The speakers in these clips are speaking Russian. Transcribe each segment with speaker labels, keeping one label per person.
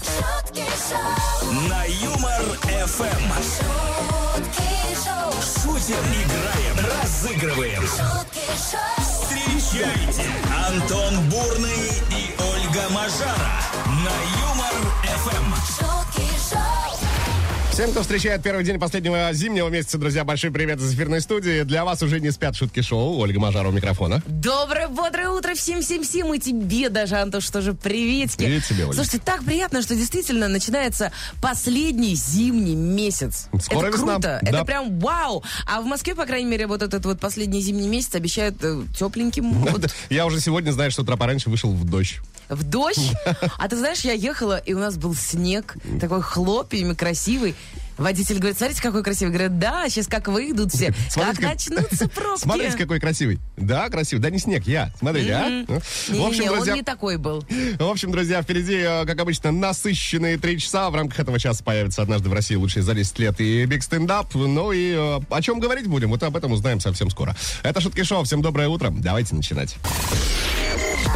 Speaker 1: Шутки шоу,
Speaker 2: На Юмор ФМ
Speaker 1: шутки шоу,
Speaker 2: шутим, играем, разыгрываем.
Speaker 1: шутки шоу,
Speaker 2: Встречайте Антон Бурный и Ольга Мажара на Юмор Эм. ФМ.
Speaker 1: шутки шоу,
Speaker 3: Всем, кто встречает первый день последнего зимнего месяца, друзья, большой привет из эфирной студии. Для вас уже не спят шутки шоу. Ольга Мажара у микрофона.
Speaker 4: Доброе, бодрое утро всем, всем, всем. И тебе даже, Антош, тоже приветики.
Speaker 3: Привет тебе, Оля.
Speaker 4: Слушайте, так приятно, что действительно начинается последний зимний месяц.
Speaker 3: Скоро
Speaker 4: это
Speaker 3: весна.
Speaker 4: круто.
Speaker 3: Да.
Speaker 4: Это прям вау. А в Москве, по крайней мере, вот этот вот последний зимний месяц обещают э, тепленьким. вот
Speaker 3: Я уже сегодня, знаешь, с утра пораньше вышел в дождь.
Speaker 4: в дождь. А ты знаешь, я ехала, и у нас был снег, такой хлопьями красивый. Водитель говорит, смотрите, какой красивый. Говорят, да, сейчас как выйдут все. Как
Speaker 3: Смотрите, как-
Speaker 4: начнутся пробки.
Speaker 3: Смотрите, какой красивый. Да, красивый. Да не снег, я. Смотрите, а. Ну, В общем,
Speaker 4: Не-не-не,
Speaker 3: друзья,
Speaker 4: он не такой был.
Speaker 3: в общем, друзья, впереди, э, как обычно, насыщенные три часа. В рамках этого часа появится однажды в России лучшие за 10 лет и биг стендап. Ну и э, о чем говорить будем? Вот об этом узнаем совсем скоро. Это Шутки Шоу. Всем доброе утро. Давайте начинать.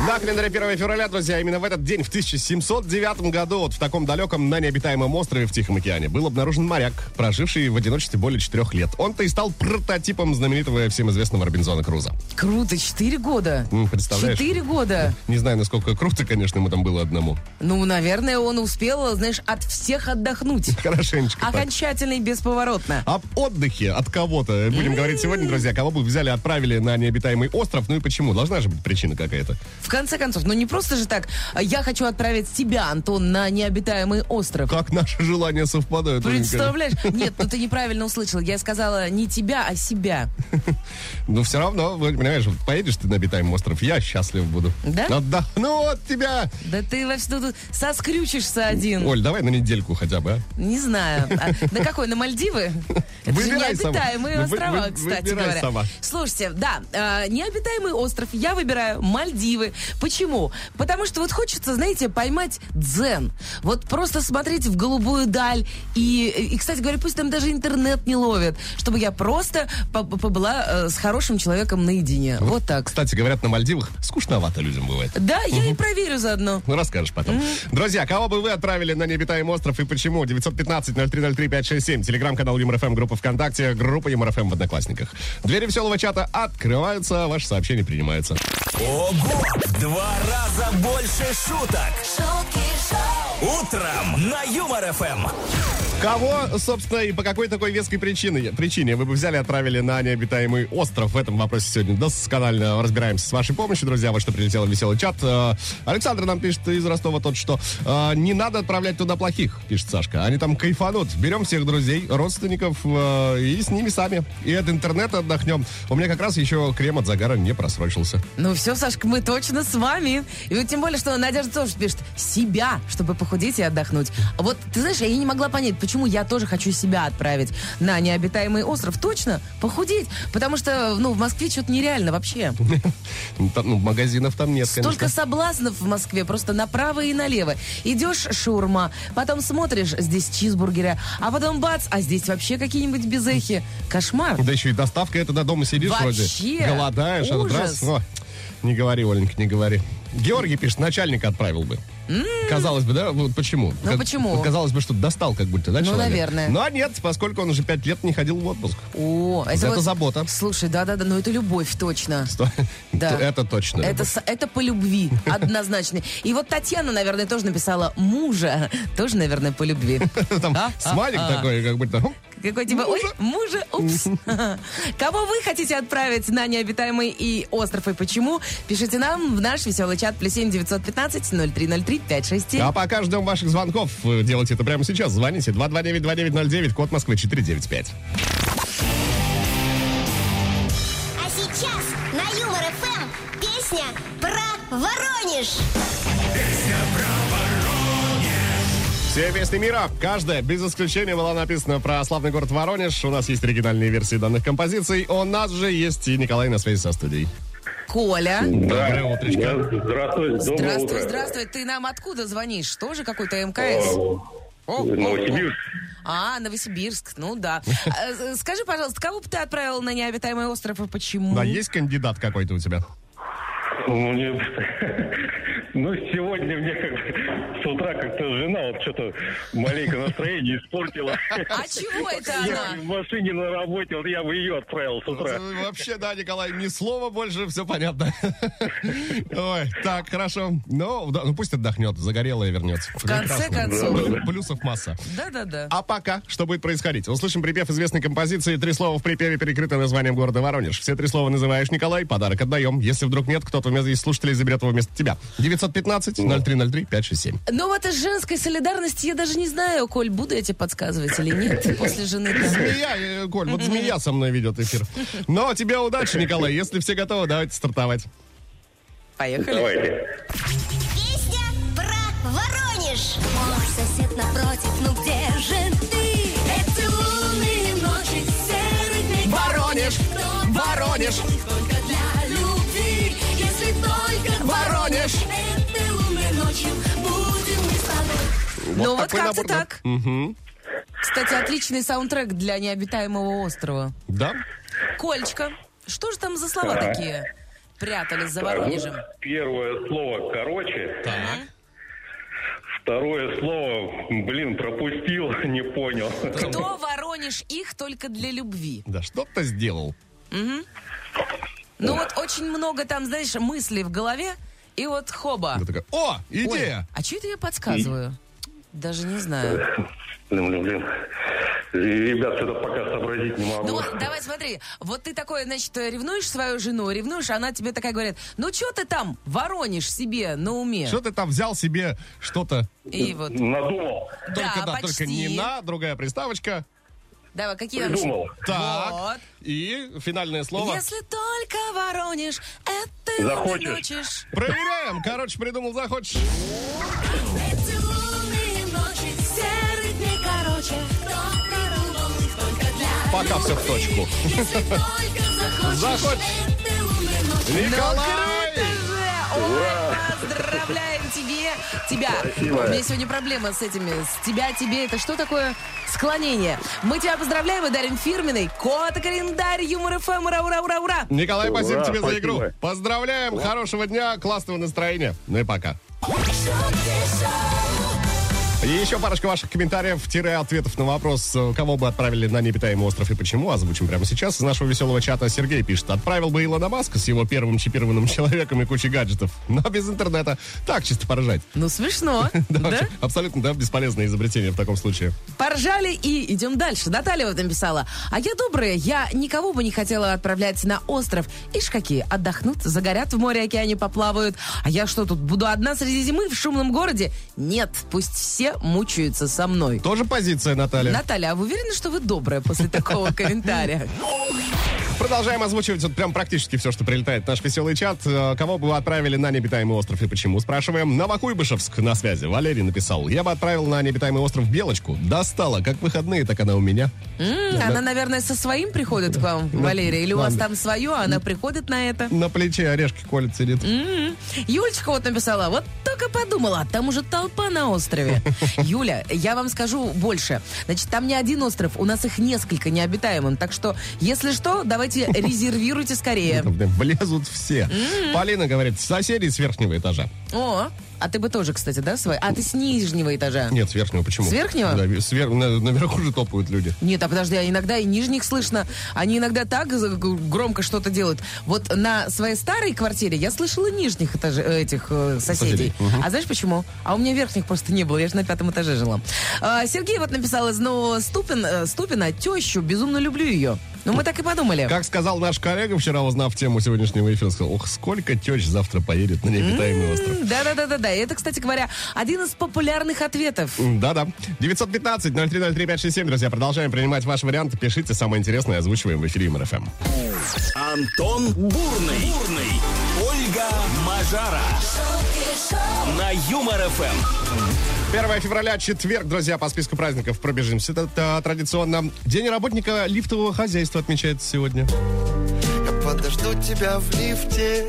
Speaker 3: На календаре 1 февраля, друзья, именно в этот день, в 1709 году, вот в таком далеком, на необитаемом острове в Тихом океане, был обнаружен моряк, проживший в одиночестве более четырех лет. Он-то и стал прототипом знаменитого и всем известного Робинзона Круза.
Speaker 4: Круто, 4 года.
Speaker 3: М, Ну, представляешь?
Speaker 4: 4 года.
Speaker 3: Не знаю, насколько круто, конечно, ему там было одному.
Speaker 4: Ну, наверное, он успел, знаешь, от всех отдохнуть.
Speaker 3: Хорошенечко
Speaker 4: А
Speaker 3: так.
Speaker 4: Окончательно и бесповоротно.
Speaker 3: Об отдыхе от кого-то будем говорить сегодня, друзья. Кого бы взяли, отправили на необитаемый остров, ну и почему? Должна же быть причина какая-то.
Speaker 4: В конце концов, ну не просто же так, я хочу отправить тебя, Антон, на необитаемый остров.
Speaker 3: Как наши желания совпадают. Оленька.
Speaker 4: Представляешь? Нет, ну ты неправильно услышал. Я сказала не тебя, а себя.
Speaker 3: Ну, все равно, вот, понимаешь, вот поедешь ты на обитаемый остров, я счастлив буду.
Speaker 4: Да?
Speaker 3: Отдохну от тебя.
Speaker 4: Да ты во что тут соскрючишься один.
Speaker 3: Оль, давай на недельку хотя бы, а?
Speaker 4: Не знаю. А на какой? На Мальдивы? Это же
Speaker 3: Выбирай сама.
Speaker 4: необитаемые
Speaker 3: Вы-
Speaker 4: острова,
Speaker 3: вы-
Speaker 4: кстати
Speaker 3: выбирай
Speaker 4: говоря.
Speaker 3: сама.
Speaker 4: Слушайте, да, э, необитаемый остров. Я выбираю Мальдивы. Почему? Потому что вот хочется, знаете, поймать дзен. Вот просто смотреть в голубую даль. И, и кстати говоря, пусть там даже интернет не ловит. Чтобы я просто по- по- побыла э, с хорошим человеком наедине. Вот так.
Speaker 3: Кстати, говорят, на Мальдивах скучновато людям бывает.
Speaker 4: Да, я и проверю заодно.
Speaker 3: Ну, расскажешь потом. Друзья, кого бы вы отправили на необитаемый остров и почему? 915-0303-567. Телеграм-канал ЮморФМ, группа ВКонтакте, группа ЮморФМ в Одноклассниках. Двери веселого чата открываются, ваше сообщение принимается.
Speaker 2: Ого! В два раза больше шуток.
Speaker 1: шутки шоу,
Speaker 2: Утром на Юмор Эм. ФМ.
Speaker 3: Кого, собственно, и по какой такой веской причине, причине вы бы взяли и отправили на необитаемый остров? В этом вопросе сегодня досконально разбираемся с вашей помощью, друзья. Вот что прилетело в веселый чат. Э, Александр нам пишет из Ростова тот, что э, не надо отправлять туда плохих, пишет Сашка. Они там кайфанут. Берем всех друзей, родственников э, и с ними сами. И от интернета отдохнем. У меня как раз еще крем от загара не просрочился.
Speaker 4: Ну все, Сашка, мы точно с вами. И вот тем более, что Надежда тоже пишет себя, чтобы похудеть и отдохнуть. А Вот, ты знаешь, я и не могла понять, почему я тоже хочу себя отправить на необитаемый остров. Точно, похудеть. Потому что, ну, в Москве что-то нереально вообще.
Speaker 3: Там, ну, магазинов там нет,
Speaker 4: Столько
Speaker 3: Ну, конечно.
Speaker 4: соблазнов в Москве, просто направо и налево. Идешь шурма, потом смотришь, здесь чизбургеры, а потом бац, а здесь вообще какие-нибудь безэхи. Кошмар.
Speaker 3: Да еще и доставка это до дома сидишь
Speaker 4: Вообще.
Speaker 3: вроде. Голодаешь, а тут раз.
Speaker 4: Ужас.
Speaker 3: о, не говори, Оленька, не говори. Георгий пишет, начальник отправил бы. Казалось бы, да? Вот почему?
Speaker 4: Ну, почему?
Speaker 3: Казалось бы, что достал как будто, да,
Speaker 4: Ну,
Speaker 3: человек?
Speaker 4: наверное.
Speaker 3: Но нет, поскольку он уже пять лет не ходил в отпуск.
Speaker 4: О,
Speaker 3: это забота.
Speaker 4: Слушай, да-да-да, но это любовь точно.
Speaker 3: Что-
Speaker 4: Да.
Speaker 3: Это точно.
Speaker 4: Это,
Speaker 3: любовь.
Speaker 4: с- это по любви, однозначно. И вот Татьяна, наверное, тоже написала мужа, тоже, наверное, по любви.
Speaker 3: Там
Speaker 4: А, а,
Speaker 3: смайлик
Speaker 4: а.
Speaker 3: такой, как будто... хм,
Speaker 4: Какой типа, ой, мужа, упс. Кого вы хотите отправить на необитаемый и остров, и почему? Пишите нам в наш веселый чат, плюс семь девятьсот пятнадцать ноль три ноль три пять шесть семь.
Speaker 3: А пока ждем ваших звонков. Э, Делайте это прямо сейчас. Звоните 229-2909, код Москвы 495.
Speaker 5: А сейчас на Юмор ФМ песня про Воронеж.
Speaker 3: Все песни мира, каждая, без исключения, была написана про славный город Воронеж. У нас есть оригинальные версии данных композиций. У нас же есть и Николай на связи со студией.
Speaker 4: Коля,
Speaker 3: Доброе утречко.
Speaker 6: Да, Здравствуй, доброе
Speaker 4: здравствуй,
Speaker 6: утро.
Speaker 4: здравствуй. Ты нам откуда звонишь? Тоже какой-то
Speaker 6: Э,
Speaker 4: МКС?
Speaker 6: ну,
Speaker 4: О, о, о.
Speaker 6: Новосибирск.
Speaker 4: А, Новосибирск, ну да. Э, э, Скажи, пожалуйста, кого бы ты отправил на необитаемый остров и почему?
Speaker 3: Да, есть кандидат какой-то у тебя?
Speaker 6: Ну, не- Ну, сегодня мне как бы с утра как-то жена вот что-то маленько настроение испортила.
Speaker 4: А чего это
Speaker 6: Я
Speaker 4: она?
Speaker 6: в машине на работе, вот я бы ее отправил с утра.
Speaker 3: Э, Вообще, да, Николай, ни слова больше, все понятно. Ой, так, хорошо. Ну, да, ну пусть отдохнет, загорелая вернется. В
Speaker 4: конце концов.
Speaker 3: Плюсов масса.
Speaker 4: Да-да-да.
Speaker 3: А пока что будет происходить? Услышим припев известной композиции. Три слова в припеве перекрыто названием города Воронеж. Все три слова называешь, Николай, подарок отдаем. Если вдруг нет, кто-то вместо- из слушателей заберет его вместо тебя. 915-0303-567.
Speaker 4: Но ну, вот о женской солидарности я даже не знаю, Коль, буду я тебе подсказывать или нет после жены.
Speaker 3: Змея, э, Коль, вот змея со мной ведет эфир. Но тебе удачи, Николай. Если все готовы, давайте стартовать.
Speaker 4: Поехали.
Speaker 6: Давайте.
Speaker 5: Песня про Воронеж.
Speaker 1: Мой сосед напротив, ну где же ты? Эти лунные ночи, серых дней.
Speaker 3: Воронеж,
Speaker 1: Кто
Speaker 3: Воронеж.
Speaker 1: их только для любви? Если только
Speaker 3: Воронеж.
Speaker 1: этой лунной ночью будем мы с тобой.
Speaker 4: Ну вот
Speaker 3: такой
Speaker 4: как-то
Speaker 3: набор, да.
Speaker 4: так. Кстати, отличный саундтрек для необитаемого острова.
Speaker 3: Да?
Speaker 4: Кольчка, что же там за слова такие прятались за Воронежем?
Speaker 6: Первое слово короче. Второе слово, блин, пропустил, не понял.
Speaker 4: Кто Воронеж их только для любви?
Speaker 3: Да, что-то сделал.
Speaker 4: Ну вот очень много там, знаешь, мыслей в голове, и вот хоба.
Speaker 3: Да такая, О,
Speaker 4: Ой,
Speaker 3: идея!
Speaker 4: а что это я подсказываю? Даже не знаю.
Speaker 6: Блин, блин, блин. Ребят, что-то пока сообразить не могу.
Speaker 4: Ну, вот, давай смотри. Вот ты такой, значит, ревнуешь свою жену, ревнуешь, а она тебе такая говорит, ну что ты там воронишь себе на уме?
Speaker 3: Что ты там взял себе что-то?
Speaker 4: И вот,
Speaker 6: Надумал,
Speaker 3: Ну, Только, да,
Speaker 4: почти.
Speaker 3: только не на, другая приставочка.
Speaker 4: Давай, какие там еще?
Speaker 6: придумал.
Speaker 3: Так,
Speaker 4: Вот.
Speaker 3: и финальное слово.
Speaker 4: Если только воронишь, это
Speaker 6: Захочешь.
Speaker 4: научишь.
Speaker 3: Проверяем. Короче, придумал, захочешь.
Speaker 1: Эти лунные ночи, серых дней короче. Кто придумал их только для
Speaker 3: Пока все в точку.
Speaker 1: Если только захочешь,
Speaker 3: Захочешь.
Speaker 1: этой лунной ночью.
Speaker 3: Николай!
Speaker 4: Круто же! Ура! Поздравляем тебе! Тебя! У меня сегодня проблема с этими. С тебя, тебе. Это что такое склонение? Мы тебя поздравляем и дарим фирменный кот-календарь Юмор ФМ. Ура, ура, ура, ура!
Speaker 3: Николай, спасибо
Speaker 6: Ура,
Speaker 3: тебе за игру.
Speaker 6: спасибо.
Speaker 3: Поздравляем, хорошего дня, классного настроения. Ну и пока.
Speaker 1: Шутки шоу,
Speaker 3: И еще парочка ваших комментариев, тире ответов на вопрос, э, кого бы отправили на необитаемый остров и почему, озвучим прямо сейчас. Из нашего веселого чата Сергей пишет, отправил бы Илона Маска с его первым чипированным человеком и кучей гаджетов, но без интернета. Так, чисто поржать.
Speaker 4: Ну, смешно,
Speaker 3: Да,
Speaker 4: да?
Speaker 3: вообще, Абсолютно, да, бесполезное изобретение в таком случае.
Speaker 4: Поржали и идем дальше. Наталья вот написала. А я добрая, я никого бы не хотела отправлять на остров. Ишь какие, отдохнут, загорят в море, океане, поплавают. А я что тут, буду одна среди зимы в шумном городе? Нет, пусть все мучаются со мной.
Speaker 3: Тоже позиция, Наталья.
Speaker 4: Наталья, а вы уверены, что вы добрая после такого комментария?
Speaker 3: Продолжаем озвучивать вот прям практически все, что прилетает в наш веселый чат. Э, Кого бы вы отправили на необитаемый остров и почему, спрашиваем. Новокуйбышевск на связи. Валерий написал. Я бы отправил на необитаемый остров Белочку. Достала. Как выходные, так она у меня.
Speaker 4: М, Она, наверное, со своим приходит к вам, Валерия, или у вас там свое, а она приходит на это.
Speaker 3: На плече орешки колет сидит.
Speaker 4: Юлечка вот написала, вот только подумала, там уже толпа на острове. Юля, я вам скажу больше. Значит, там не один остров, у нас их несколько необитаемым. Так что, если что, давайте резервируйте скорее.
Speaker 3: Там, блин, Влезут все. Полина говорит, соседей с верхнего этажа.
Speaker 4: О, а ты бы тоже, кстати, да, свой? А ты с нижнего этажа?
Speaker 3: Нет, с верхнего почему?
Speaker 4: С верхнего?
Speaker 3: Да, свер- на- наверху же топают люди.
Speaker 4: Нет, а подожди, а иногда и нижних слышно. Они иногда так за- г- громко что-то делают. Вот на своей старой квартире я слышала нижних этаж, э, этих э, соседей.
Speaker 3: Соседей, мгм.
Speaker 4: А знаешь почему? А у меня верхних просто не было, я же на пятом этаже жила. А, Сергей вот написал из нового Ступин, э, Ступина тещу, безумно люблю ее. Ну, мы так и подумали.
Speaker 3: Как сказал наш коллега вчера, узнав тему сегодняшнего эфира, сказал, ох, сколько тещ завтра поедет на необитаемый остров.
Speaker 4: Да-да-да-да-да. И Это, кстати говоря, один из популярных ответов.
Speaker 3: М, Да-да. 915-0303-567, друзья. Продолжаем принимать ваши варианты. Пишите самое интересное, озвучиваем в эфире МРФМ.
Speaker 2: Антон Бурный. Бурный. Ольга Мажара.
Speaker 1: шутки шоу,
Speaker 2: На Юмор Эм. ФМ.
Speaker 3: 1 февраля, четверг, друзья, по списку праздников пробежимся. Это, э, традиционно. День работника лифтового хозяйства отмечается сегодня.
Speaker 7: Я подожду тебя в лифте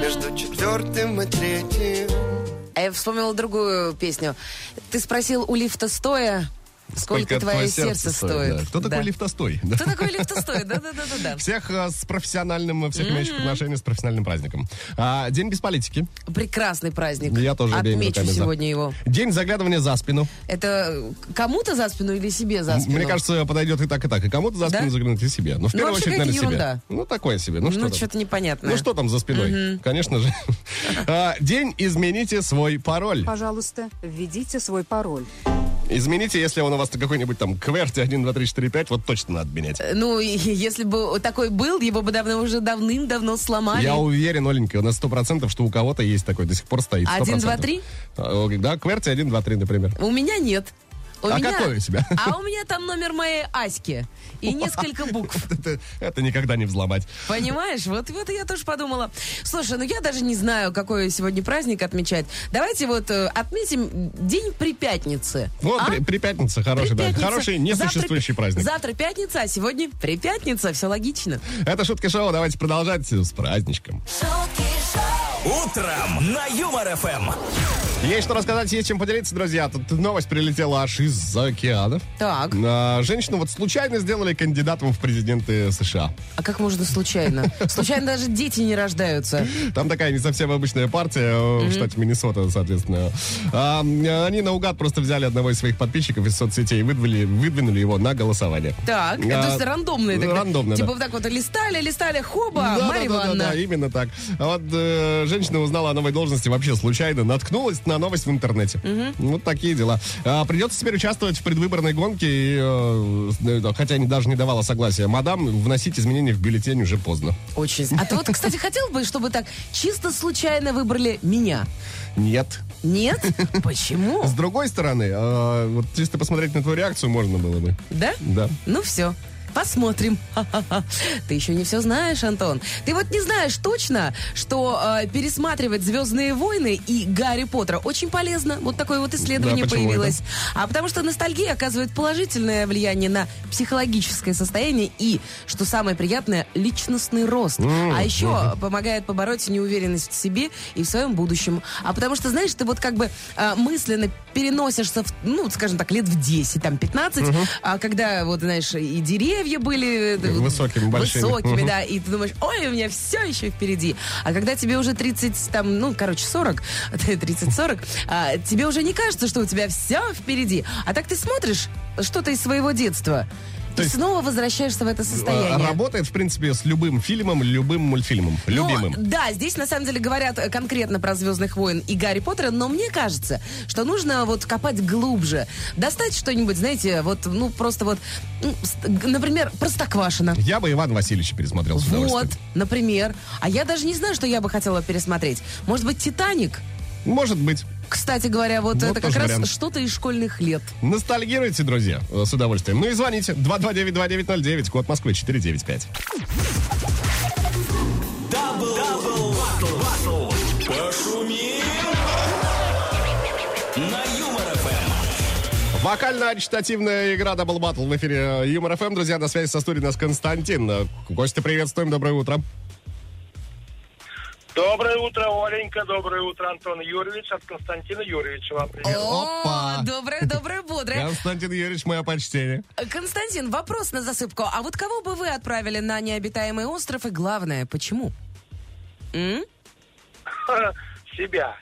Speaker 7: Между четвертым и третьим
Speaker 4: А я вспомнила другую песню. Ты спросил у лифта стоя, Сколько твое сердце стоит.
Speaker 3: да. Кто
Speaker 4: Да.
Speaker 3: такой лифтостой?
Speaker 4: Кто такой лифтостой? Да-да-да-да.
Speaker 3: Всех э, с профессиональным, всех имеющих отношения с профессиональным праздником. А, день без политики.
Speaker 4: Прекрасный праздник.
Speaker 3: Я тоже обеими
Speaker 4: Отмечу
Speaker 3: руками за.
Speaker 4: сегодня его.
Speaker 3: День заглядывания за спину.
Speaker 4: Это кому-то за спину или себе за спину?
Speaker 3: Мне кажется, подойдет и так, и так. И кому-то за
Speaker 4: Да?
Speaker 3: спину заглянуть, и себе. Ну, в первую
Speaker 4: вообще
Speaker 3: очередь, наверное,
Speaker 4: какая-то ерунда.
Speaker 3: себе. Ну, такое себе. Ну, что
Speaker 4: ну,
Speaker 3: там?
Speaker 4: что-то непонятное.
Speaker 3: Ну, что там за спиной? Конечно же. А, День «Измените свой пароль».
Speaker 8: Пожалуйста, введите свой пароль.
Speaker 3: Измените, если он у вас на какой-нибудь там кверте 1, 2, 3, 4, 5, вот точно надо менять.
Speaker 4: Ну, и если бы такой был, его бы давно уже давным-давно сломали.
Speaker 3: Я уверен, Оленька, на 100%, что у кого-то есть такой, до сих пор стоит. 100%.
Speaker 4: 1, 2, 3?
Speaker 3: А, Да, кверти 1, 2, 3, например.
Speaker 4: У меня нет. У
Speaker 3: А
Speaker 4: меня...
Speaker 3: какой у тебя?
Speaker 4: А у меня там номер моей Аськи. И несколько букв.
Speaker 3: Это, это никогда не взломать.
Speaker 4: Понимаешь? Вот, вот я тоже подумала. Слушай, ну я даже не знаю, какой сегодня праздник отмечать. Давайте вот э, отметим день при пятнице.
Speaker 3: Вот,
Speaker 4: А?
Speaker 3: при, при пятнице хороший,
Speaker 4: При
Speaker 3: да,
Speaker 4: пятнице.
Speaker 3: хороший
Speaker 4: Завтра
Speaker 3: несуществующий
Speaker 4: пя-
Speaker 3: праздник.
Speaker 4: Завтра пятница, а сегодня при пятница. Все логично.
Speaker 3: Это шутки шоу, давайте продолжать с праздничком.
Speaker 1: шутки шоу,
Speaker 2: Утром на Юмор Эм. ФМ.
Speaker 3: Есть что рассказать, есть чем поделиться, друзья. Тут новость прилетела аж из океана.
Speaker 4: Так,
Speaker 3: А, Женщину вот случайно сделали кандидатом в президенты США.
Speaker 4: а как можно случайно? Случайно даже дети не рождаются.
Speaker 3: Там такая не совсем обычная партия э, в штате Миннесота, соответственно. А, м, они наугад просто взяли одного из своих подписчиков из соцсетей и выдвинули, выдвинули его на голосование.
Speaker 4: Так,
Speaker 3: А,
Speaker 4: то есть рандомные. тогда.
Speaker 3: рандомно,
Speaker 4: Типа
Speaker 3: да.
Speaker 4: вот так вот листали, листали, хоба,
Speaker 3: Да,
Speaker 4: Марья
Speaker 3: да, да, да,
Speaker 4: Ивановна.
Speaker 3: да, именно так. А вот э, женщина узнала о новой должности вообще случайно, наткнулась на новость в интернете. Вот такие дела. А, придется теперь участвовать в предвыборной гонке, и, э, э, да, хотя не, даже не давала согласия. Мадам, вносить изменения в бюллетень уже поздно.
Speaker 4: Очень. А ты вот, кстати, хотел бы, чтобы так чисто случайно выбрали меня?
Speaker 3: Нет.
Speaker 4: Нет? Почему?
Speaker 3: С другой стороны, э, вот чисто посмотреть на твою реакцию можно было бы.
Speaker 4: Да?
Speaker 3: Да.
Speaker 4: Ну все. Посмотрим. Ха-ха-ха. Ты еще не все знаешь, Антон. Ты вот не знаешь точно, что э, пересматривать Звездные войны и Гарри Поттера очень полезно. Вот такое вот исследование
Speaker 3: Да, почему
Speaker 4: появилось. А потому что ностальгия оказывает положительное влияние на психологическое состояние и, что самое приятное, личностный рост. а еще помогает побороть неуверенность в себе и в своем будущем. А потому что, знаешь, ты вот как бы э, мысленно переносишься, в, ну, скажем так, лет в 10, там, 15, а когда, вот, знаешь, и деревья были... э,
Speaker 3: Высокими, большими.
Speaker 4: Высокими,
Speaker 3: Мгм.
Speaker 4: да, а, и ты думаешь, ой, у меня все еще впереди. А когда тебе уже 30, там, ну, короче, 40, 30-40, а, тебе уже не кажется, что у тебя все впереди. А так ты смотришь что-то из своего детства.
Speaker 3: То
Speaker 4: и
Speaker 3: есть-
Speaker 4: снова возвращаешься в это
Speaker 3: Э,
Speaker 4: состояние.
Speaker 3: Работает, в принципе, с любым фильмом, любым мультфильмом.
Speaker 4: Ну,
Speaker 3: Любимым.
Speaker 4: да, здесь на самом деле говорят э, конкретно про Звездных войн и Гарри Поттера, но мне кажется, что нужно вот копать глубже. Достать что-нибудь, знаете, вот, ну, просто вот, ну, с- г- например, Простоквашина.
Speaker 3: Я бы Иван Васильевич пересмотрел с
Speaker 4: Вот,
Speaker 3: удовольствием.
Speaker 4: например. А я даже не знаю, что я бы хотела пересмотреть. Может быть, «Титаник»?
Speaker 3: Может быть.
Speaker 4: Кстати говоря, вот,
Speaker 3: Вот
Speaker 4: это как
Speaker 3: тоже
Speaker 4: раз
Speaker 3: вариант.
Speaker 4: что-то из школьных лет.
Speaker 3: Ностальгируйте, друзья, э, с удовольствием. Ну и звоните. 229-2909, код Москвы 495.
Speaker 2: Дабл, дабл, батл, батл. Пошумим. На Юмор Эм. ФМ.
Speaker 3: Вокально-речитативная игра Double Battle в эфире э, Юмор ФМ. Друзья, на связи со студией у нас Константин. Э, Костя, приветствуем, доброе утро.
Speaker 6: Доброе утро, Оленька. Доброе утро, Антон Юрьевич. От Константина Юрьевича вам привет.
Speaker 3: Э, Опа!
Speaker 4: О, доброе, доброе, бодрое. Э,
Speaker 3: Константин Юрьевич, мое почтение.
Speaker 4: Константин, вопрос на засыпку. А вот кого бы вы отправили на необитаемый остров и главное, почему? М?
Speaker 6: Себя.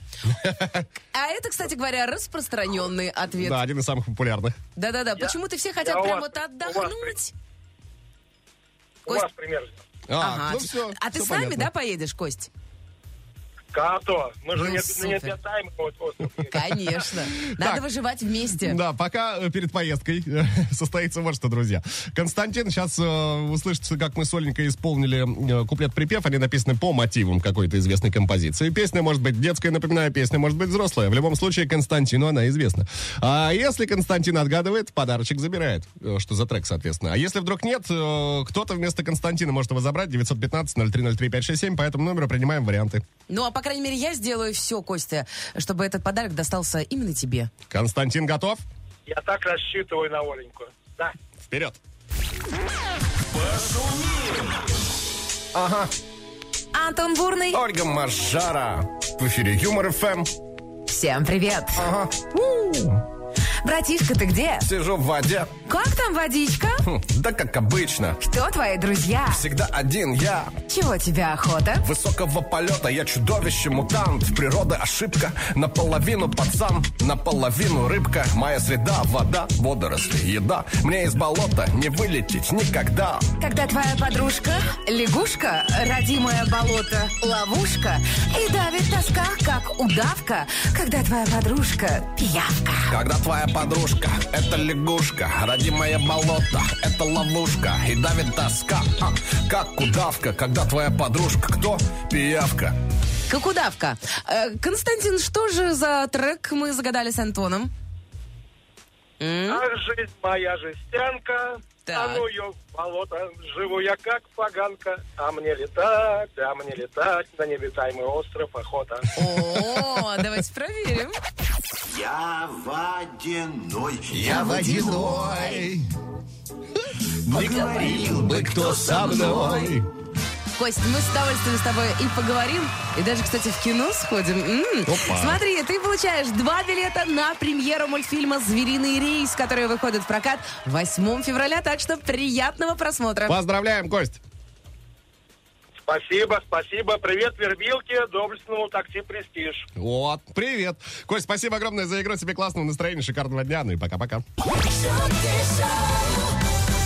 Speaker 4: А это, кстати говоря, распространенный ответ.
Speaker 3: Да, один из самых популярных.
Speaker 4: Да-да-да. Почему-то все хотят
Speaker 6: я у
Speaker 4: прям
Speaker 6: вас-
Speaker 4: вот
Speaker 6: у вас
Speaker 4: отдохнуть.
Speaker 6: У
Speaker 4: Кость-
Speaker 6: вас пример.
Speaker 3: А,
Speaker 4: Ага.
Speaker 3: ну все,
Speaker 4: а ты
Speaker 3: все
Speaker 4: с нами,
Speaker 3: понятно.
Speaker 4: да, поедешь, Кость?
Speaker 6: Като, мы же
Speaker 4: Ну,
Speaker 6: не,
Speaker 4: супер.
Speaker 6: не обитаем
Speaker 9: а
Speaker 6: вот, вот.
Speaker 4: Конечно. Надо
Speaker 3: Так.
Speaker 4: выживать вместе.
Speaker 3: Да, пока э, перед поездкой э, состоится вот что, друзья. Константин сейчас э, услышите, как мы с Оленькой исполнили э, куплет-припев. Они написаны по мотивам какой-то известной композиции. Песня может быть детская, напоминаю, песня может быть взрослая. В любом случае, Константину она известна. А если Константин отгадывает, подарочек забирает. Э, Что за трек, соответственно. А если вдруг нет, э, кто-то вместо Константина может его забрать. 915-0303-567. По этому номеру принимаем варианты.
Speaker 4: Ну, а по крайней мере, я сделаю все, Костя, чтобы этот подарок достался именно тебе.
Speaker 3: Константин готов?
Speaker 6: Я так рассчитываю на Оленьку. Да.
Speaker 3: Вперед!
Speaker 4: Антон Бурный.
Speaker 3: Ольга Маржара в эфире Юмор ФМ.
Speaker 4: Всем привет.
Speaker 10: Братишка, ты где?
Speaker 2: Сижу в воде,
Speaker 10: Как там водичка?
Speaker 2: Хм, да как обычно.
Speaker 10: Кто твои друзья?
Speaker 2: Всегда один я,
Speaker 10: Чего тебе охота?
Speaker 2: высокого полета, я чудовище, мутант, природа ошибка, наполовину пацан, наполовину рыбка, моя среда, вода, водоросли, еда, мне из болота не вылететь никогда.
Speaker 10: Когда твоя подружка, лягушка, родимое болото, ловушка, и давит тоска, как удавка, когда твоя подружка пиявка.
Speaker 2: Когда твоя подружка – это лягушка, родимое болото – это ловушка и давит тоска, а, как удавка. Когда твоя подружка – кто? Пиявка.
Speaker 4: Как удавка. Э, Константин, что же за трек мы загадали с Антоном?
Speaker 9: А жизнь моя жестянка,
Speaker 4: Так.
Speaker 9: а ну ее в болото. Живу я как поганка, а мне летать, а мне летать на необитаемый остров охота.
Speaker 4: О, давайте проверим.
Speaker 11: Я водяной.
Speaker 2: Я водяной. Не говорил бы, кто со мной.
Speaker 4: Кость, мы с удовольствием с тобой и поговорим, и даже, кстати, в кино сходим. М.
Speaker 3: Опа.
Speaker 4: Смотри, ты получаешь два билета на премьеру мультфильма «Звериный рейс», который выходит в прокат 8 февраля, так что приятного просмотра.
Speaker 3: Поздравляем, Кость.
Speaker 9: Спасибо, спасибо. Привет, вербилки, доблестному такси «Престиж».
Speaker 3: Вот, привет. Кость, спасибо огромное за игру. Тебе классного настроения, шикарного дня. Ну и пока-пока.
Speaker 1: шутки шоу,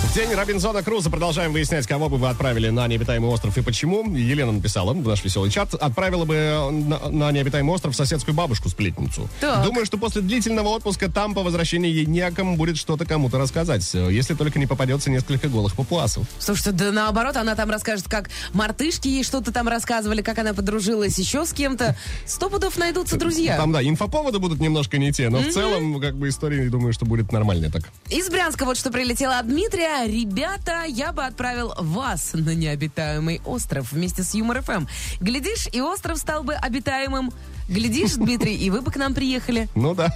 Speaker 3: В день Робинзона Круза продолжаем выяснять, кого бы вы отправили на необитаемый остров и почему. Елена написала в наш веселый чат, отправила бы на, на необитаемый остров соседскую бабушку-сплетницу.
Speaker 4: Так.
Speaker 3: Думаю, что после длительного отпуска там по возвращении ей некому будет что-то кому-то рассказать, э, если только не попадется несколько голых папуасов.
Speaker 4: Слушайте, да наоборот, она там расскажет, как мартышки ей что-то там рассказывали, как она подружилась еще с кем-то. Сто пудов найдутся друзья.
Speaker 3: Там, да, инфоповоды будут немножко не те, но в целом, как бы, история, думаю, что будет нормальная так.
Speaker 4: Из Брянска вот что прилетело от Дмитрия. Ребята, я бы отправил вас на необитаемый остров вместе с Юмор ФМ. Глядишь, и остров стал бы обитаемым. Глядишь, Дмитрий, и вы бы к нам приехали.
Speaker 3: Ну да.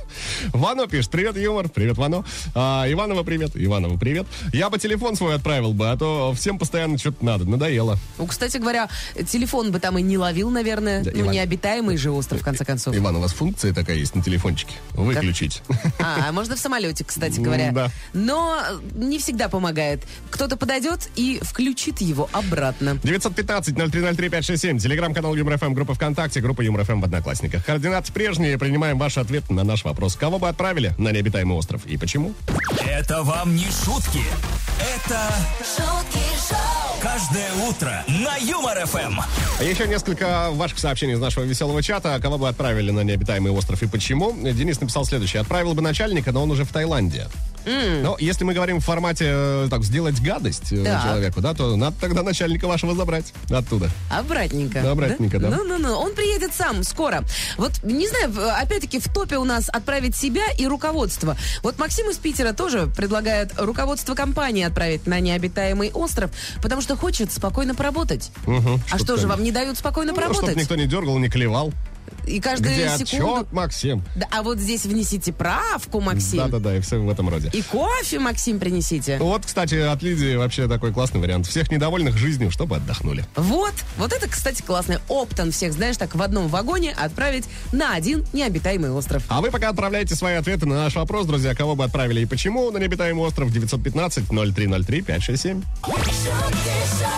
Speaker 3: Вано пишет. Привет, юмор. Привет, Вано. А, Иванова, привет. Иванова, привет. Я бы телефон свой отправил бы, а то всем постоянно что-то надо. Надоело.
Speaker 4: Ну, кстати говоря, телефон бы там и не ловил, наверное.
Speaker 3: Да,
Speaker 4: ну,
Speaker 3: Иван.
Speaker 4: необитаемый же остров, в конце концов.
Speaker 3: Иван, у вас функция такая есть на телефончике. Выключить.
Speaker 4: А, а можно в самолете, кстати говоря.
Speaker 3: М-да.
Speaker 4: Но не всегда помогает. Кто-то подойдет и включит его обратно.
Speaker 3: 915-0303-567. Телеграм-канал ЮморФМ, группа ВКонтакте, группа ЮморФМ в Одноклассниках. Координаты прежние. Принимаем ваши ответы на наш вопрос. Кого бы отправили на необитаемый остров и почему?
Speaker 2: Это вам не шутки. Это
Speaker 1: шутки шоу,
Speaker 2: каждое утро на Юмор ФМ.
Speaker 3: А Еще несколько ваших сообщений из нашего веселого чата. Кого бы отправили на необитаемый остров и почему? Денис написал следующее. Отправил бы начальника, но он уже в Таиланде. Но если мы говорим в формате э, так, сделать гадость э,
Speaker 4: Так.
Speaker 3: человеку, да, то надо тогда начальника вашего забрать оттуда.
Speaker 4: Обратненько.
Speaker 3: Обратненько, да.
Speaker 4: Ну-ну-ну, он приедет сам скоро. Вот, не знаю, в- опять-таки в топе у нас отправить себя и руководство. Вот Максим из Питера тоже предлагает руководство компании отправить на необитаемый остров, потому что хочет спокойно поработать.
Speaker 3: Мгм,
Speaker 4: а
Speaker 3: чтоб
Speaker 4: что же,
Speaker 3: там-
Speaker 4: вам не дают спокойно
Speaker 3: чтобы
Speaker 4: поработать?
Speaker 3: Ну, никто не дергал, не клевал.
Speaker 4: И
Speaker 3: Где
Speaker 4: каждую секунду...
Speaker 3: отчет, Максим?
Speaker 4: Да, а вот здесь внесите правку, Максим.
Speaker 3: Да-да-да, и все в этом роде.
Speaker 4: И кофе, Максим, принесите.
Speaker 3: Вот, кстати, от Лидии вообще такой классный вариант. Всех недовольных жизнью, чтобы отдохнули.
Speaker 4: Вот, вот это, кстати, классно. Оптом всех, знаешь, так в одном вагоне отправить на один необитаемый остров.
Speaker 3: А вы пока отправляйте свои ответы на наш вопрос, друзья, кого бы отправили и почему на необитаемый остров 915-0303-567.
Speaker 1: шутки шоу,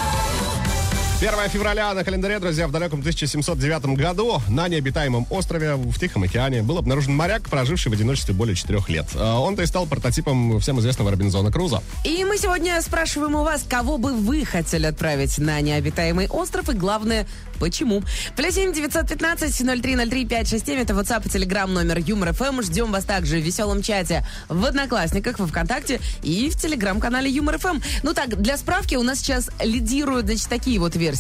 Speaker 3: 1 февраля на календаре, друзья, в далеком 1709 году на необитаемом острове в Тихом океане был обнаружен моряк, проживший в одиночестве более четырех лет. А Он-то и стал прототипом всем известного Робинзона Круза.
Speaker 4: И мы сегодня спрашиваем у вас, кого бы вы хотели отправить на необитаемый остров и, главное, почему. Плюс семь девятьсот пятнадцать ноль три ноль три пять шесть семь. Это WhatsApp и Telegram номер Юмор ФМ. Ждем вас также в веселом чате в Одноклассниках, во Вконтакте и в Телеграм-канале Юмор ФМ. Ну так, для справки у нас сейчас лидируют, значит, такие вот версии.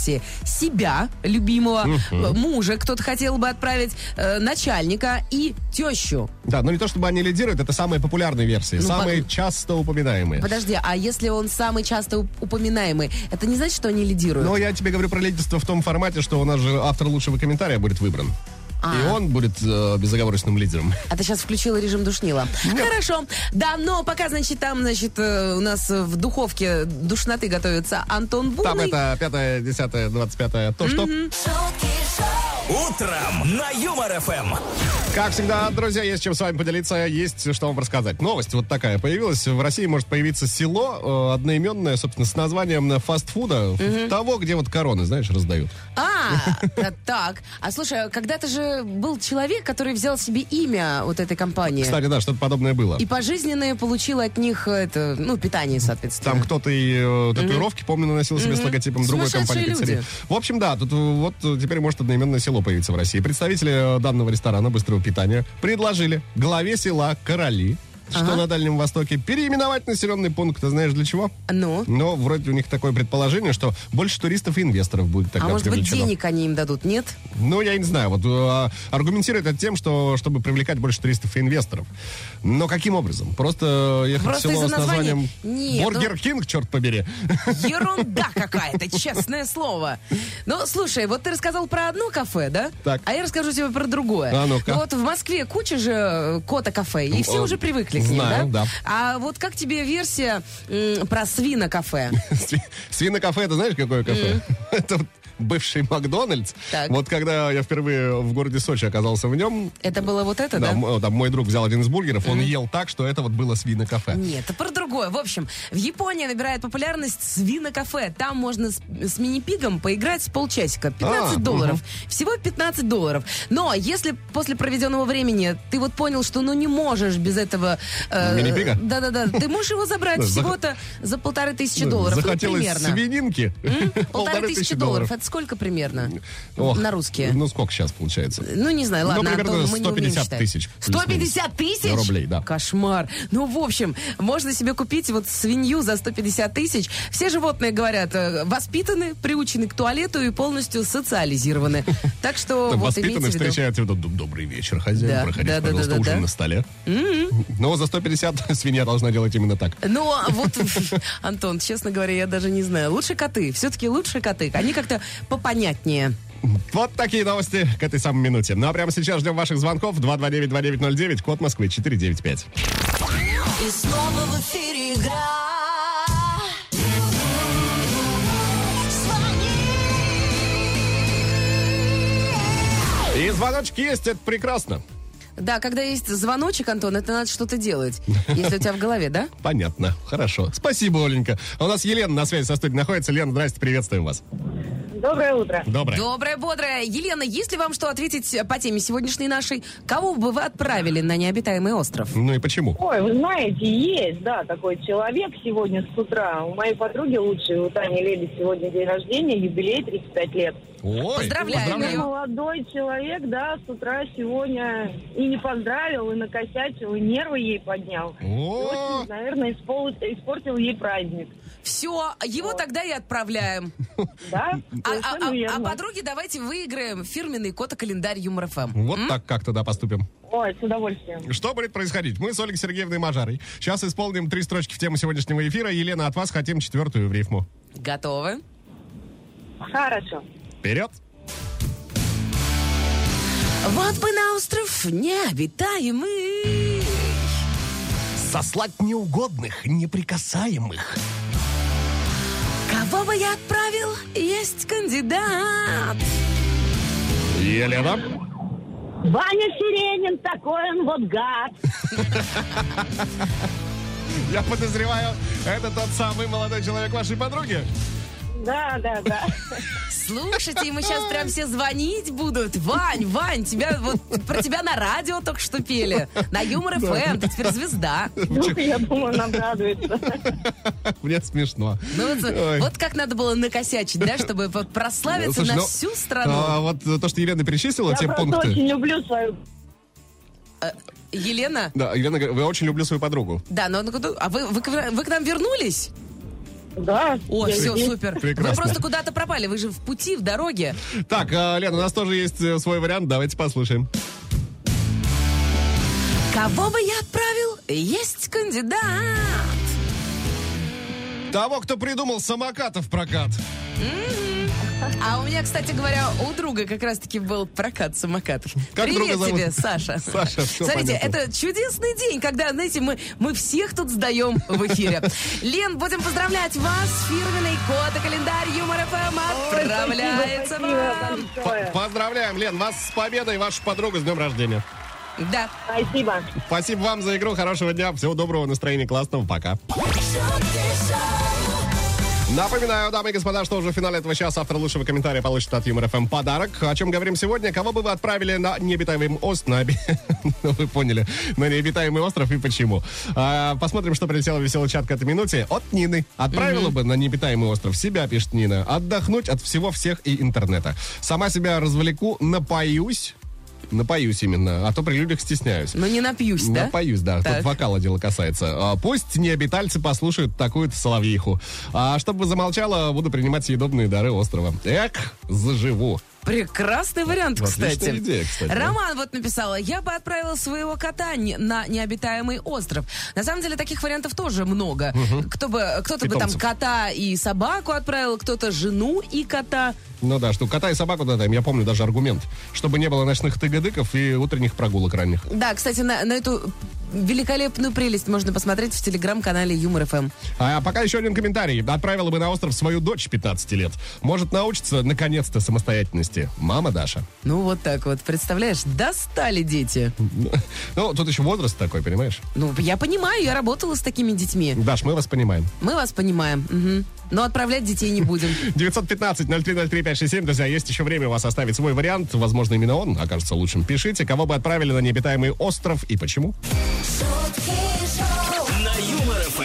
Speaker 4: Себя, любимого, мужа кто-то хотел бы отправить, э, начальника и тещу.
Speaker 3: Да, но не то чтобы они лидируют, это самые популярные версии,
Speaker 4: Ну,
Speaker 3: самые
Speaker 4: под-
Speaker 3: часто упоминаемые.
Speaker 4: Подожди, а если он самый часто уп- упоминаемый, это не значит, что они лидируют?
Speaker 3: Но я тебе говорю про лидерство в том формате, что у нас же автор лучшего комментария будет выбран. И он будет э, безоговорочным лидером.
Speaker 4: А ты сейчас включила режим душнила. Хорошо. Да, но пока, значит, там, значит, э, у нас в духовке душноты готовится Антон Бурный.
Speaker 3: Там это 5, 10, 25, то что.
Speaker 1: шутки шоу.
Speaker 12: Утром на Юмор ФМ.
Speaker 3: Как всегда, друзья, есть чем с вами поделиться, есть что вам рассказать. Новость вот такая появилась. В России может появиться село э, одноименное, собственно, с названием э, фастфуда,
Speaker 4: Мгм.
Speaker 3: того, где вот короны, знаешь, раздают.
Speaker 4: А, э, так. А слушай, а когда-то же был человек, который взял себе имя вот этой компании.
Speaker 3: Кстати, да, что-то подобное было.
Speaker 4: И пожизненное получил от них это, ну, питание, соответственно.
Speaker 3: Там кто-то и э, татуировки, помню, наносил себе с
Speaker 4: Мгм.
Speaker 3: логотипом другой
Speaker 4: Сумасшедшие
Speaker 3: компании
Speaker 4: люди.
Speaker 3: пиццерии. В общем, да, тут э, вот э, теперь может одноименное село появиться в России. Представители э, данного ресторана быстрого питания предложили главе села Короли что на Дальнем Востоке переименовать населенный пункт, ты знаешь для чего?
Speaker 4: Ну?
Speaker 3: Но вроде у них такое предположение, что больше туристов и инвесторов будет тогда
Speaker 4: а может быть,
Speaker 3: привлечено.
Speaker 4: денег они им дадут, нет?
Speaker 3: Ну, я не знаю. Вот э, аргументирует это тем, что чтобы привлекать больше туристов и инвесторов. Но каким образом? Просто э, ехать
Speaker 4: Просто
Speaker 3: в село
Speaker 4: из-за
Speaker 3: с названием
Speaker 4: названия? Нет, ну.
Speaker 3: Бургер Кинг, черт побери.
Speaker 4: Ерунда какая-то, честное слово. Ну, слушай, вот ты рассказал про одно кафе, да?
Speaker 3: Так.
Speaker 4: А я расскажу тебе про другое. Ну,
Speaker 3: А ну-ка.
Speaker 4: вот в Москве куча же кота кафе, и все
Speaker 3: Э,
Speaker 4: уже привыкли к
Speaker 3: знаю,
Speaker 4: ним,
Speaker 3: да.
Speaker 4: А вот как тебе версия м, про свина кафе?
Speaker 3: Свинокафе, это знаешь, какое кафе? Это вот бывший Макдональдс.
Speaker 4: Так.
Speaker 3: Вот когда я впервые в городе Сочи оказался в нем,
Speaker 4: Это было вот это,
Speaker 3: да,
Speaker 4: да?
Speaker 3: м- э, там мой друг взял один из бургеров, он ел так, что это вот было свинокафе.
Speaker 4: Нет, про другое. В общем, в Японии набирает популярность свинокафе. Там можно с, с мини-пигом поиграть с полчасика. 15
Speaker 10: А,
Speaker 4: долларов. Всего 15 долларов. Но если после проведенного времени ты вот понял, что ну не можешь без этого... э,
Speaker 3: Мини-пига?
Speaker 4: Да-да-да. Ты можешь его забрать
Speaker 3: Да, зах-
Speaker 4: всего-то за полторы тысячи долларов. ну,
Speaker 3: Захотелось
Speaker 4: примерно.
Speaker 3: свининки.
Speaker 4: Полторы тысячи долларов. Это сколько примерно?
Speaker 3: Ох,
Speaker 4: на русские.
Speaker 3: Ну, сколько сейчас получается?
Speaker 4: Ну, не знаю, ладно,
Speaker 3: Ну, примерно
Speaker 4: Антон, мы не умеем
Speaker 3: 150
Speaker 4: считать.
Speaker 3: тысяч. плюс-минус.
Speaker 4: 150 тысяч?
Speaker 3: Рублей, да.
Speaker 4: Кошмар. Ну, в общем, можно себе купить вот свинью за 150 тысяч. Все животные, говорят, э, воспитаны, приучены к туалету и полностью социализированы. Так что
Speaker 3: Там
Speaker 4: вот
Speaker 3: воспитанные
Speaker 4: имейте в виду.
Speaker 3: встречают его, «Д- добрый вечер, хозяин,
Speaker 4: Да,
Speaker 3: проходите,
Speaker 4: да, да,
Speaker 3: пожалуйста,
Speaker 4: да, да,
Speaker 3: ужин
Speaker 4: да.
Speaker 3: на столе.
Speaker 4: М-м.
Speaker 3: Но за 150 свинья должна делать именно так.
Speaker 4: Ну, а вот, Антон, честно говоря, я даже не знаю. Лучше коты. Все-таки лучше коты. Они как-то попонятнее.
Speaker 3: Вот такие новости к этой самой минуте. Ну а прямо сейчас ждем ваших звонков 229-2909, код Москвы 495.
Speaker 1: И снова в эфире игра.
Speaker 3: И звоночки есть, это прекрасно.
Speaker 4: Да, когда есть звоночек, Антон, это надо что-то делать. Если у тебя в голове, да?
Speaker 3: Понятно, хорошо. Спасибо, Оленька. А У нас Елена на связи со студией находится. Лена, здрасте, приветствуем вас.
Speaker 13: Доброе утро.
Speaker 3: Доброе.
Speaker 4: Доброе, бодрое. Елена, если вам что ответить по теме сегодняшней нашей, кого бы вы отправили на необитаемый остров?
Speaker 3: Ну и почему?
Speaker 13: Ой, вы знаете, есть, да, такой человек сегодня с утра. У моей подруги лучшей, у Тани Лели, сегодня день рождения, юбилей 35 лет.
Speaker 3: Ой,
Speaker 13: Такой Молодой человек, да, с утра сегодня и не поздравил, и накосячил, и нервы ей поднял. И очень, наверное, испол- испортил ей праздник.
Speaker 4: Все, его тогда и отправляем.
Speaker 13: Да?
Speaker 4: А, а- а- а подруги давайте выиграем фирменный кота-календарь Юмор ФМ.
Speaker 3: Вот так как тогда поступим.
Speaker 13: Ой, с удовольствием.
Speaker 3: Что будет происходить? Мы с Ольгой Сергеевной Мажарой. Сейчас исполним три строчки в тему сегодняшнего эфира. Елена, от вас хотим четвертую в рифму.
Speaker 4: Готовы?
Speaker 13: Хорошо.
Speaker 3: Вперед!
Speaker 4: Вот бы на остров необитаемый.
Speaker 3: Сослать неугодных, неприкасаемых.
Speaker 4: Кого бы я отправил, есть кандидат.
Speaker 3: Елена.
Speaker 13: Ваня Сиренин, такой он вот гад.
Speaker 3: Я подозреваю, это тот самый молодой человек вашей подруги.
Speaker 13: Да, да, да.
Speaker 4: Слушайте, ему сейчас прям все звонить будут. Вань, Вань, тебя вот про тебя на радио только что пели. На Юмор ФМ, ты теперь звезда.
Speaker 13: Ну, Я думаю, нам радуется.
Speaker 3: Мне смешно.
Speaker 4: Ну вот,
Speaker 3: Ой.
Speaker 4: вот как надо было накосячить, да, чтобы по- прославиться
Speaker 3: Слушай,
Speaker 4: на
Speaker 3: ну,
Speaker 4: всю страну.
Speaker 3: а вот то, что Елена перечислила,
Speaker 4: Я
Speaker 3: те
Speaker 4: просто
Speaker 3: пункты.
Speaker 4: очень
Speaker 13: люблю свою...
Speaker 4: Елена?
Speaker 3: Да, Елена говорит, я очень люблю свою подругу.
Speaker 4: Да, но ну, а вы, вы, к- вы к нам вернулись?
Speaker 13: Да.
Speaker 4: О,
Speaker 3: я
Speaker 4: все,
Speaker 3: здесь.
Speaker 4: супер. Вы
Speaker 3: Прекрасно.
Speaker 4: просто куда-то пропали, вы же в пути, в дороге.
Speaker 3: Так, а, Лена, у нас тоже есть э, свой вариант, давайте послушаем.
Speaker 4: Кого бы я отправил? Есть кандидат.
Speaker 3: Того, кто придумал самоката в прокат.
Speaker 4: Мгм. А у меня, кстати говоря, у друга как раз-таки был прокат самокатов.
Speaker 3: Как
Speaker 4: Привет
Speaker 3: друга зовут?
Speaker 4: тебе, Саша.
Speaker 3: Саша, всё
Speaker 4: Смотрите,
Speaker 3: понятно.
Speaker 4: это чудесный день, когда, знаете, мы, мы всех тут сдаем в эфире. Лен, будем поздравлять вас. Фирменный код и календарь Юмор ФМ отправляется вам.
Speaker 3: П- Поздравляем, Лен, вас с победой, вашу подругу с днем рождения.
Speaker 4: Да.
Speaker 13: Спасибо.
Speaker 3: Спасибо вам за игру, хорошего дня, всего доброго, настроения классного, пока. Напоминаю, дамы и господа, что уже в финале этого часа автор лучшего комментария получит от Юмор ФМ подарок. О чем говорим сегодня? Кого бы вы отправили на необитаемый остров? На... оби- ну, вы поняли. На необитаемый остров и почему. А, посмотрим, что прилетело в веселый чат к этой минуте от Нины. Отправила бы на необитаемый остров себя, пишет Нина. Отдохнуть от всего всех и интернета. Сама себя развлеку, напоюсь. Напоюсь именно, а то при людях стесняюсь.
Speaker 4: Но не напьюсь, да?
Speaker 3: Ну, Напоюсь, да.
Speaker 4: Так.
Speaker 3: Тут вокала дело касается. А, Пусть необитальцы послушают такую-то соловьиху. А чтобы замолчала, буду принимать съедобные дары острова. Эк, заживу.
Speaker 4: Прекрасный вариант,
Speaker 3: Ну, Отличная
Speaker 4: кстати.
Speaker 3: идея, кстати, да.
Speaker 4: Роман вот написала, я бы отправила своего кота не- на необитаемый остров. На самом деле таких вариантов тоже много. Кто бы, кто-то бы там
Speaker 3: Питомцев.
Speaker 4: кота и собаку отправил, кто-то жену и кота.
Speaker 3: Ну да, что кота и собаку да, там, я помню даже аргумент. Чтобы не было ночных тыгадыков и утренних прогулок ранних.
Speaker 4: Да, кстати, на, на эту великолепную прелесть можно посмотреть в телеграм-канале Юмор ФМ.
Speaker 3: А пока еще один комментарий. Отправила бы на остров свою дочь 15 лет. Может научиться, наконец-то, самостоятельности. Мама Даша.
Speaker 4: Ну вот так вот, представляешь, достали дети.
Speaker 3: Ну, тут еще возраст такой, понимаешь?
Speaker 4: Ну, я понимаю, я работала с такими детьми.
Speaker 3: Даш, мы вас понимаем.
Speaker 4: Мы вас понимаем, мгм. но отправлять детей не будем.
Speaker 3: 915-0303-567, друзья, есть еще время у вас оставить свой вариант. Возможно, именно он окажется лучшим. Пишите, кого бы отправили на необитаемый остров и почему.
Speaker 12: На Юмор ФМ.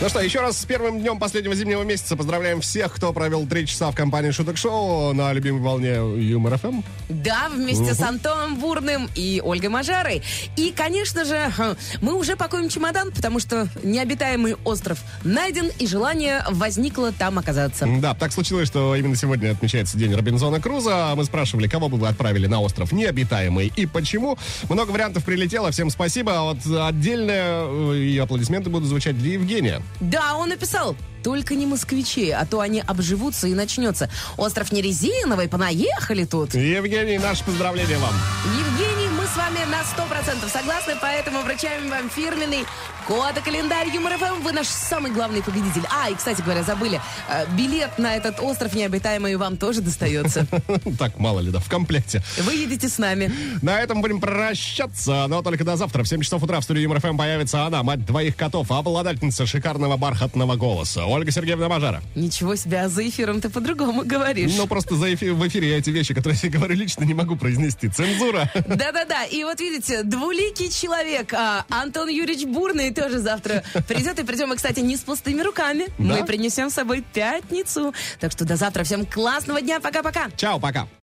Speaker 3: Ну что, еще раз с первым днем последнего зимнего месяца поздравляем всех, кто провел три часа в компании Шуток Шоу на любимой волне Юмор ФМ.
Speaker 4: Да, вместе с Антоном Бурным и Ольгой Мажарой. И, конечно же, хм, мы уже пакуем чемодан, потому что необитаемый остров найден, и желание возникло там оказаться.
Speaker 3: Да, так случилось, что именно сегодня отмечается День Робинзона Круза. А Мы спрашивали, кого бы вы отправили на остров необитаемый и почему. Много вариантов прилетело, всем спасибо. А вот отдельно э, и аплодисменты будут звучать для Евгения.
Speaker 4: Да, он написал, только не москвичи, а то они обживутся и начнется. Остров не резиновый, понаехали тут.
Speaker 3: Евгений, наше поздравление вам.
Speaker 4: Евгений, мы с вами на 100% согласны, поэтому вручаем вам фирменный код и календарь Юмор ФМ. Вы наш самый главный победитель. А, и, кстати говоря, забыли, э, билет на этот остров необитаемый вам тоже достается.
Speaker 3: Так, мало ли, да, в комплекте.
Speaker 4: Вы едете с нами.
Speaker 3: На этом будем прощаться, но только до завтра. В 7 часов утра в студии Юмор ФМ появится она, мать двоих котов, обладательница шикарного бархатного голоса. Ольга Сергеевна Мажара.
Speaker 4: Ничего себе, а за эфиром ты по-другому говоришь.
Speaker 3: Ну, просто за эфи- в эфире я эти вещи, которые я говорю лично, не могу произнести. Цензура.
Speaker 4: Да-да-да, и вот видите, двуликий человек, а, Антон Юрьевич Бурный тоже завтра придет, и придем мы, кстати, не с пустыми руками,
Speaker 3: Да?
Speaker 4: мы принесем с собой пятницу. Так что до завтра, всем классного дня, пока-пока.
Speaker 3: Чао, пока.